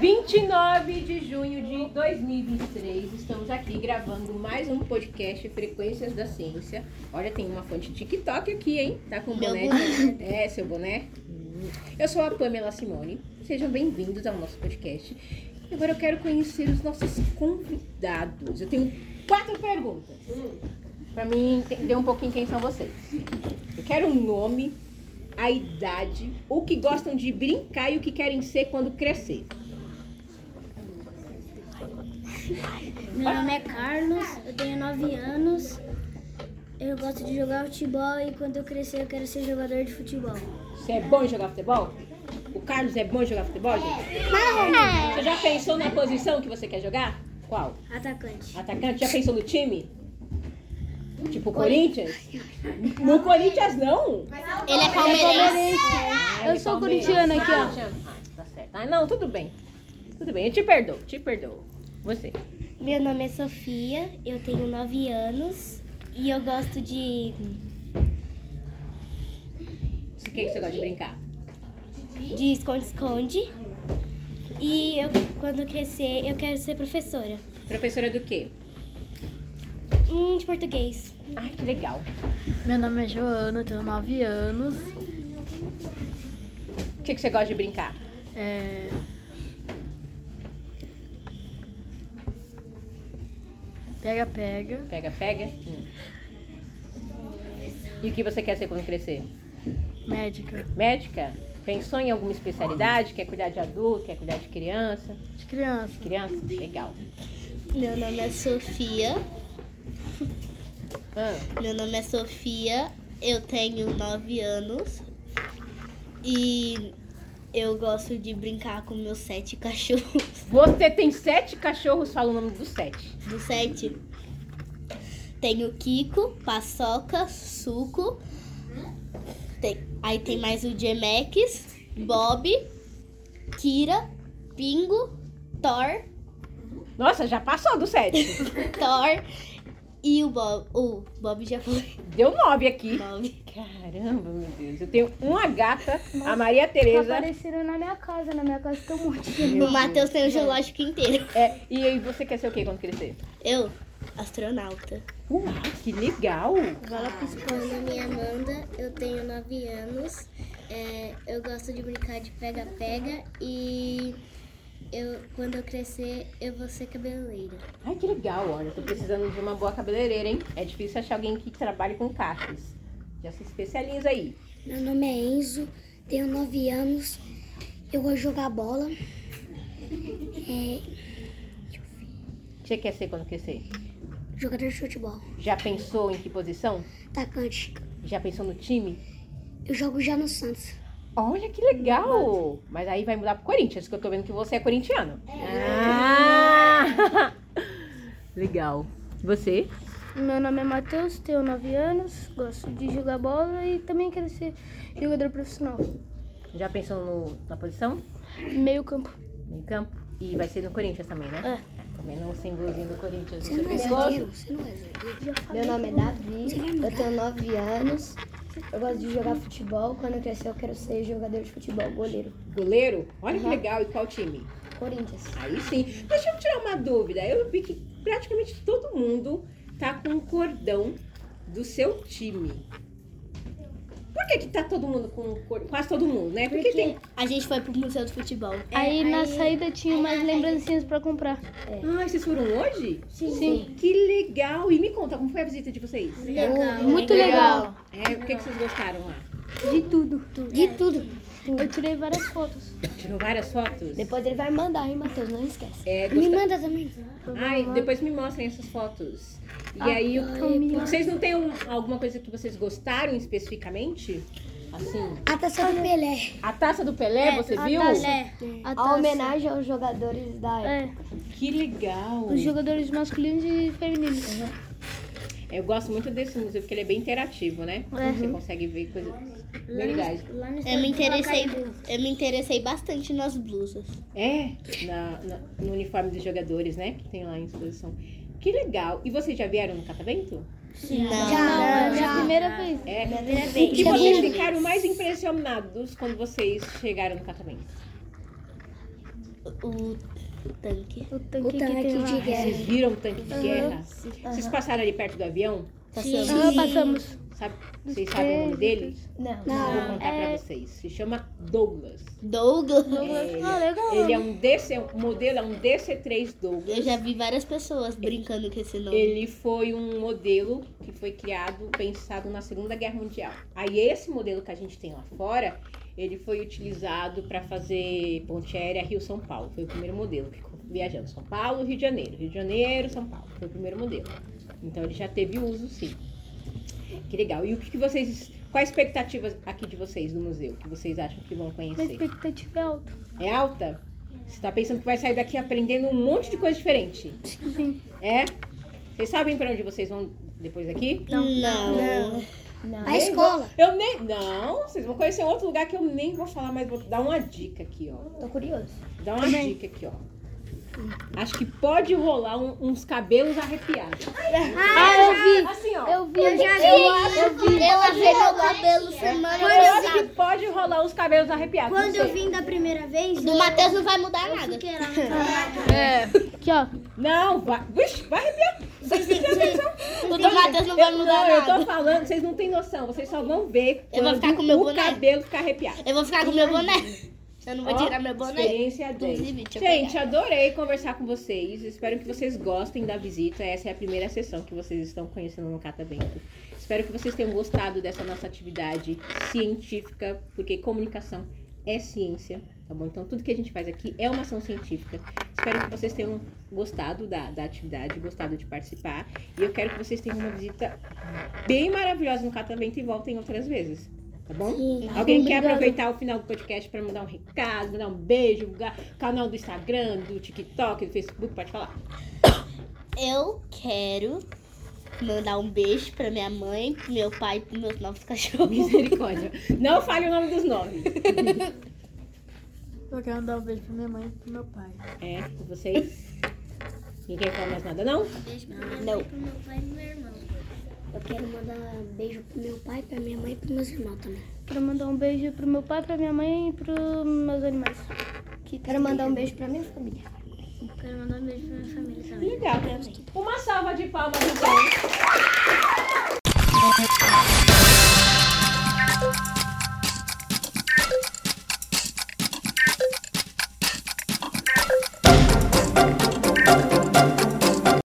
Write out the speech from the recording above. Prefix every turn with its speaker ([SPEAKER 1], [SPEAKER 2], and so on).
[SPEAKER 1] 29 de junho de 2023, estamos aqui gravando mais um podcast Frequências da Ciência. Olha, tem uma fonte de TikTok aqui, hein? Tá com
[SPEAKER 2] Meu
[SPEAKER 1] boné. É, seu boné. Eu sou a Pamela Simone. Sejam bem-vindos ao nosso podcast. Agora eu quero conhecer os nossos convidados. Eu tenho quatro perguntas. Pra mim entender um pouquinho quem são vocês. Eu quero um nome, a idade, o que gostam de brincar e o que querem ser quando crescer.
[SPEAKER 2] Meu nome é Carlos, eu tenho 9 anos. Eu gosto de jogar futebol e quando eu crescer eu quero ser jogador de futebol.
[SPEAKER 1] Você é bom em jogar futebol? O Carlos é bom em jogar futebol, gente?
[SPEAKER 2] É.
[SPEAKER 1] Você já pensou na posição que você quer jogar? Qual?
[SPEAKER 2] Atacante.
[SPEAKER 1] Atacante? Já pensou no time? Tipo Corinthians? No Corinthians não?
[SPEAKER 2] Ele é palmeirense.
[SPEAKER 1] Eu sou corintiana aqui, ó. Ah, tá certo. Ah, não, tudo bem. Tudo bem, eu te perdoo, te perdoo. Você.
[SPEAKER 2] Meu nome é Sofia, eu tenho 9 anos e eu gosto de,
[SPEAKER 1] O que que você gosta de brincar?
[SPEAKER 2] de esconde-esconde. E eu, quando eu crescer eu quero ser professora.
[SPEAKER 1] Professora do quê?
[SPEAKER 2] Hum, de português.
[SPEAKER 1] Ai, que legal.
[SPEAKER 3] Meu nome é Joana, eu tenho 9 anos.
[SPEAKER 1] O que, que você gosta de brincar?
[SPEAKER 3] É... Pega, pega.
[SPEAKER 1] Pega, pega. Hum. E o que você quer ser quando crescer?
[SPEAKER 3] Médica.
[SPEAKER 1] Médica? Pensou em alguma especialidade? Quer cuidar de adulto? Quer cuidar de criança?
[SPEAKER 3] De criança.
[SPEAKER 1] Criança? Legal.
[SPEAKER 2] Meu nome é Sofia.
[SPEAKER 1] Ah,
[SPEAKER 2] Meu nome é Sofia, eu tenho 9 anos e eu gosto de brincar com meus sete cachorros.
[SPEAKER 1] Você tem sete cachorros, fala o nome dos sete.
[SPEAKER 2] Dos sete, tenho Kiko, Paçoca, Suco, tem- aí tem mais o Jemex, Bob, Kira, Pingo, Thor,
[SPEAKER 1] Nossa, já passou dos sete.
[SPEAKER 2] Thor e o Bob. O Bob já foi.
[SPEAKER 1] Deu nove aqui.
[SPEAKER 2] Bob.
[SPEAKER 1] Caramba, meu Deus. Eu tenho uma gata, a Maria
[SPEAKER 4] Tá
[SPEAKER 1] Tereza.
[SPEAKER 3] Apareceram na minha casa, na minha casa tem um monte.
[SPEAKER 2] O Matheus tem o zoológico inteiro.
[SPEAKER 1] É, e aí, você quer ser o quê quando crescer?
[SPEAKER 2] Eu, astronauta.
[SPEAKER 1] Uau, que legal.
[SPEAKER 2] Ah. Meu nome é Amanda, eu tenho 9 anos. É, eu gosto de brincar de pega-pega e eu, quando eu crescer eu vou ser cabeleireira.
[SPEAKER 1] Ai, que legal. Olha, eu tô precisando de uma boa cabeleireira, hein? É difícil achar alguém que trabalhe com cachos. Já se especializa aí.
[SPEAKER 2] Meu nome é Enzo, tenho 9 anos, eu gosto de jogar bola. é,
[SPEAKER 1] Você quer ser quando crescer?
[SPEAKER 2] Jogador de futebol,
[SPEAKER 1] Já pensou em que posição?
[SPEAKER 2] atacante.
[SPEAKER 1] Já pensou no time?
[SPEAKER 2] Eu jogo já no Santos.
[SPEAKER 1] Olha que legal! Mas aí vai mudar pro Corinthians, que eu tô vendo que você é corintiano. Ah! legal. Você?
[SPEAKER 3] Meu nome é Matheus, tenho 9 anos, gosto de jogar bola e também quero ser jogador profissional.
[SPEAKER 1] Já pensou no- na posição?
[SPEAKER 3] Meio campo.
[SPEAKER 1] Meio campo? E vai ser no Corinthians também, né?
[SPEAKER 3] É.
[SPEAKER 1] Também não sem golzinho do Corinthians.
[SPEAKER 2] Você não é zagueiro, você não é zagueiro.
[SPEAKER 4] Meu nome é Davi, eu tenho 9 anos. Eu gosto de jogar futebol. Quando eu crescer, eu quero ser jogador de futebol, goleiro.
[SPEAKER 1] Goleiro? Olha que legal. E qual time?
[SPEAKER 4] Corinthians.
[SPEAKER 1] Aí sim. Deixa eu tirar uma dúvida. Eu vi que praticamente todo mundo tá com um cordão do seu time. Por que, que tá todo mundo com um cordão? Quase todo mundo, né?
[SPEAKER 4] é
[SPEAKER 1] Porque, tem.
[SPEAKER 2] A gente foi pro Museu do Futebol.
[SPEAKER 3] aí, na saída tinha mais lembrancinhas pra comprar.
[SPEAKER 1] Ah, vocês foram hoje?
[SPEAKER 3] é. Sim.
[SPEAKER 1] Que legal! E me conta, como foi a visita de vocês?
[SPEAKER 2] Legal.
[SPEAKER 3] Muito legal.
[SPEAKER 1] É, o que, que vocês gostaram lá?
[SPEAKER 3] De tudo.
[SPEAKER 2] De tudo.
[SPEAKER 3] Eu tirei várias fotos.
[SPEAKER 1] Tirou várias fotos?
[SPEAKER 4] Depois ele vai mandar, hein, Matheus? Não esquece.
[SPEAKER 1] É,
[SPEAKER 2] Me
[SPEAKER 1] gosta...
[SPEAKER 2] manda também.
[SPEAKER 1] Ai, depois me mostrem essas fotos. E
[SPEAKER 3] Ah,
[SPEAKER 1] aí,
[SPEAKER 3] é,
[SPEAKER 1] o- vocês não têm um- alguma coisa que vocês gostaram especificamente? Assim,
[SPEAKER 2] A taça do Pelé.
[SPEAKER 1] a taça do Pelé, você viu?
[SPEAKER 2] É,
[SPEAKER 3] A
[SPEAKER 4] A
[SPEAKER 3] taça.
[SPEAKER 4] homenagem aos jogadores da época.
[SPEAKER 3] É,
[SPEAKER 1] Que legal!
[SPEAKER 3] os jogadores masculinos e femininos.
[SPEAKER 1] Eu gosto muito desse museu porque ele é bem interativo, né? Você consegue ver coisas bem legais.
[SPEAKER 2] Eu me interessei, eu me interessei bastante nas blusas.
[SPEAKER 1] É, na- na- no uniforme dos jogadores, né? Que tem lá em exposição. Que legal. E vocês já vieram no catavento?
[SPEAKER 2] Não.
[SPEAKER 3] Não, é a primeira vez.
[SPEAKER 1] É.
[SPEAKER 2] vez.
[SPEAKER 1] E vocês ficaram mais impressionados quando vocês chegaram no catavento?
[SPEAKER 2] O tanque.
[SPEAKER 3] O tanque, que tem lá.
[SPEAKER 1] Vocês viram o tanque de guerra? Vocês passaram ali perto do avião?
[SPEAKER 2] Tá
[SPEAKER 3] Aham, passamos.
[SPEAKER 1] Sabe, vocês sabem o nome dele?
[SPEAKER 4] Não.
[SPEAKER 1] Eu Vou contar pra vocês. Se chama Douglas.
[SPEAKER 2] Douglas.
[SPEAKER 3] Ah, legal.
[SPEAKER 1] Ele é um DC, o modelo é um DC3 Douglas.
[SPEAKER 2] Eu já vi várias pessoas brincando com esse nome.
[SPEAKER 1] Ele foi um modelo que foi criado, pensado na Segunda Guerra Mundial. Aí esse modelo que a gente tem lá fora, ele foi utilizado para fazer ponte aérea Rio-São Paulo. Foi o primeiro modelo. Ficou viajando São Paulo, Rio de Janeiro, Rio de Janeiro, São Paulo. Foi o primeiro modelo. Então ele já teve uso, sim. Que legal. E o que que vocês, quais expectativas aqui de vocês do museu que vocês acham que vão
[SPEAKER 3] Minha
[SPEAKER 1] conhecer?
[SPEAKER 3] expectativa é alta.
[SPEAKER 1] É alta? Você tá pensando que vai sair daqui aprendendo um monte de coisa diferente?
[SPEAKER 3] Sim.
[SPEAKER 1] É? Vocês sabem pra onde vocês vão depois daqui?
[SPEAKER 2] Não. Não.
[SPEAKER 4] Não.
[SPEAKER 1] A escola. Eu nem. Não, vocês vão conhecer um outro lugar que eu nem vou falar, mas vou dar uma dica aqui, ó.
[SPEAKER 4] Tô curioso.
[SPEAKER 1] Dar uma dica aqui, ó. Acho que pode rolar um- uns cabelos arrepiados.
[SPEAKER 3] Ah, eu vi.
[SPEAKER 1] Assim, ó.
[SPEAKER 3] Eu vi.
[SPEAKER 2] Eu vi. Ela fez o cabelo semana
[SPEAKER 1] Eu acho que pode rolar uns cabelos arrepiados. não
[SPEAKER 5] Quando
[SPEAKER 1] sei.
[SPEAKER 5] eu vim da primeira vez,
[SPEAKER 2] Do Matheus não vai mudar nada.
[SPEAKER 5] que era um
[SPEAKER 3] Aqui, ó.
[SPEAKER 1] Não, vai. Vixe, vai arrepiar. Vocês têm atenção.
[SPEAKER 2] O do Matheus não vai
[SPEAKER 1] Eu-
[SPEAKER 2] mudar
[SPEAKER 1] eu tô
[SPEAKER 2] nada.
[SPEAKER 1] falando, vocês não têm noção. Vocês só vão ver
[SPEAKER 2] Eu vou
[SPEAKER 1] quando
[SPEAKER 2] ficar com meu
[SPEAKER 1] o
[SPEAKER 2] boné.
[SPEAKER 1] cabelo ficar arrepiado.
[SPEAKER 2] Eu vou ficar com meu boné. Eu não vou tirar meu boné.
[SPEAKER 1] Experiência 10.
[SPEAKER 2] Inclusive, deixa eu
[SPEAKER 1] Gente, adorei conversar com vocês. Espero que vocês gostem da visita. Essa é a primeira sessão que vocês estão conhecendo no Catavento. Espero que vocês tenham gostado dessa nossa atividade científica, porque comunicação é ciência, tá bom? Então, tudo que a gente faz aqui é uma ação científica. Espero que vocês tenham gostado da, da atividade, gostado de participar. E eu quero que vocês tenham uma visita bem maravilhosa no Catavento e voltem outras vezes, tá bom? Alguém quer aproveitar o final do podcast para mandar um recado, mandar um beijo, ga- canal do Instagram, do TikTok, do Facebook, pode falar.
[SPEAKER 2] Eu quero mandar um beijo pra minha mãe, pro meu pai e pros meus novos cachorros.
[SPEAKER 1] Misericórdia. Não fale o nome dos nomes.
[SPEAKER 5] Eu quero dar um beijo pra minha mãe e pro meu pai.
[SPEAKER 1] É, e vocês. Ninguém quer falar mais nada, não?
[SPEAKER 2] Beijo pra não.
[SPEAKER 5] meu pai e pro meu irmão.
[SPEAKER 2] Eu quero mandar um beijo pro meu pai, pra minha mãe e pros meus irmãos também.
[SPEAKER 3] Quero mandar um beijo pro meu pai, pra minha mãe e pros meus animais. Que
[SPEAKER 4] Quero mandar um beijo pra minha família.
[SPEAKER 5] Eu quero mandar um beijo pra minha família também.
[SPEAKER 1] Legal. Uma salva de palmas, então.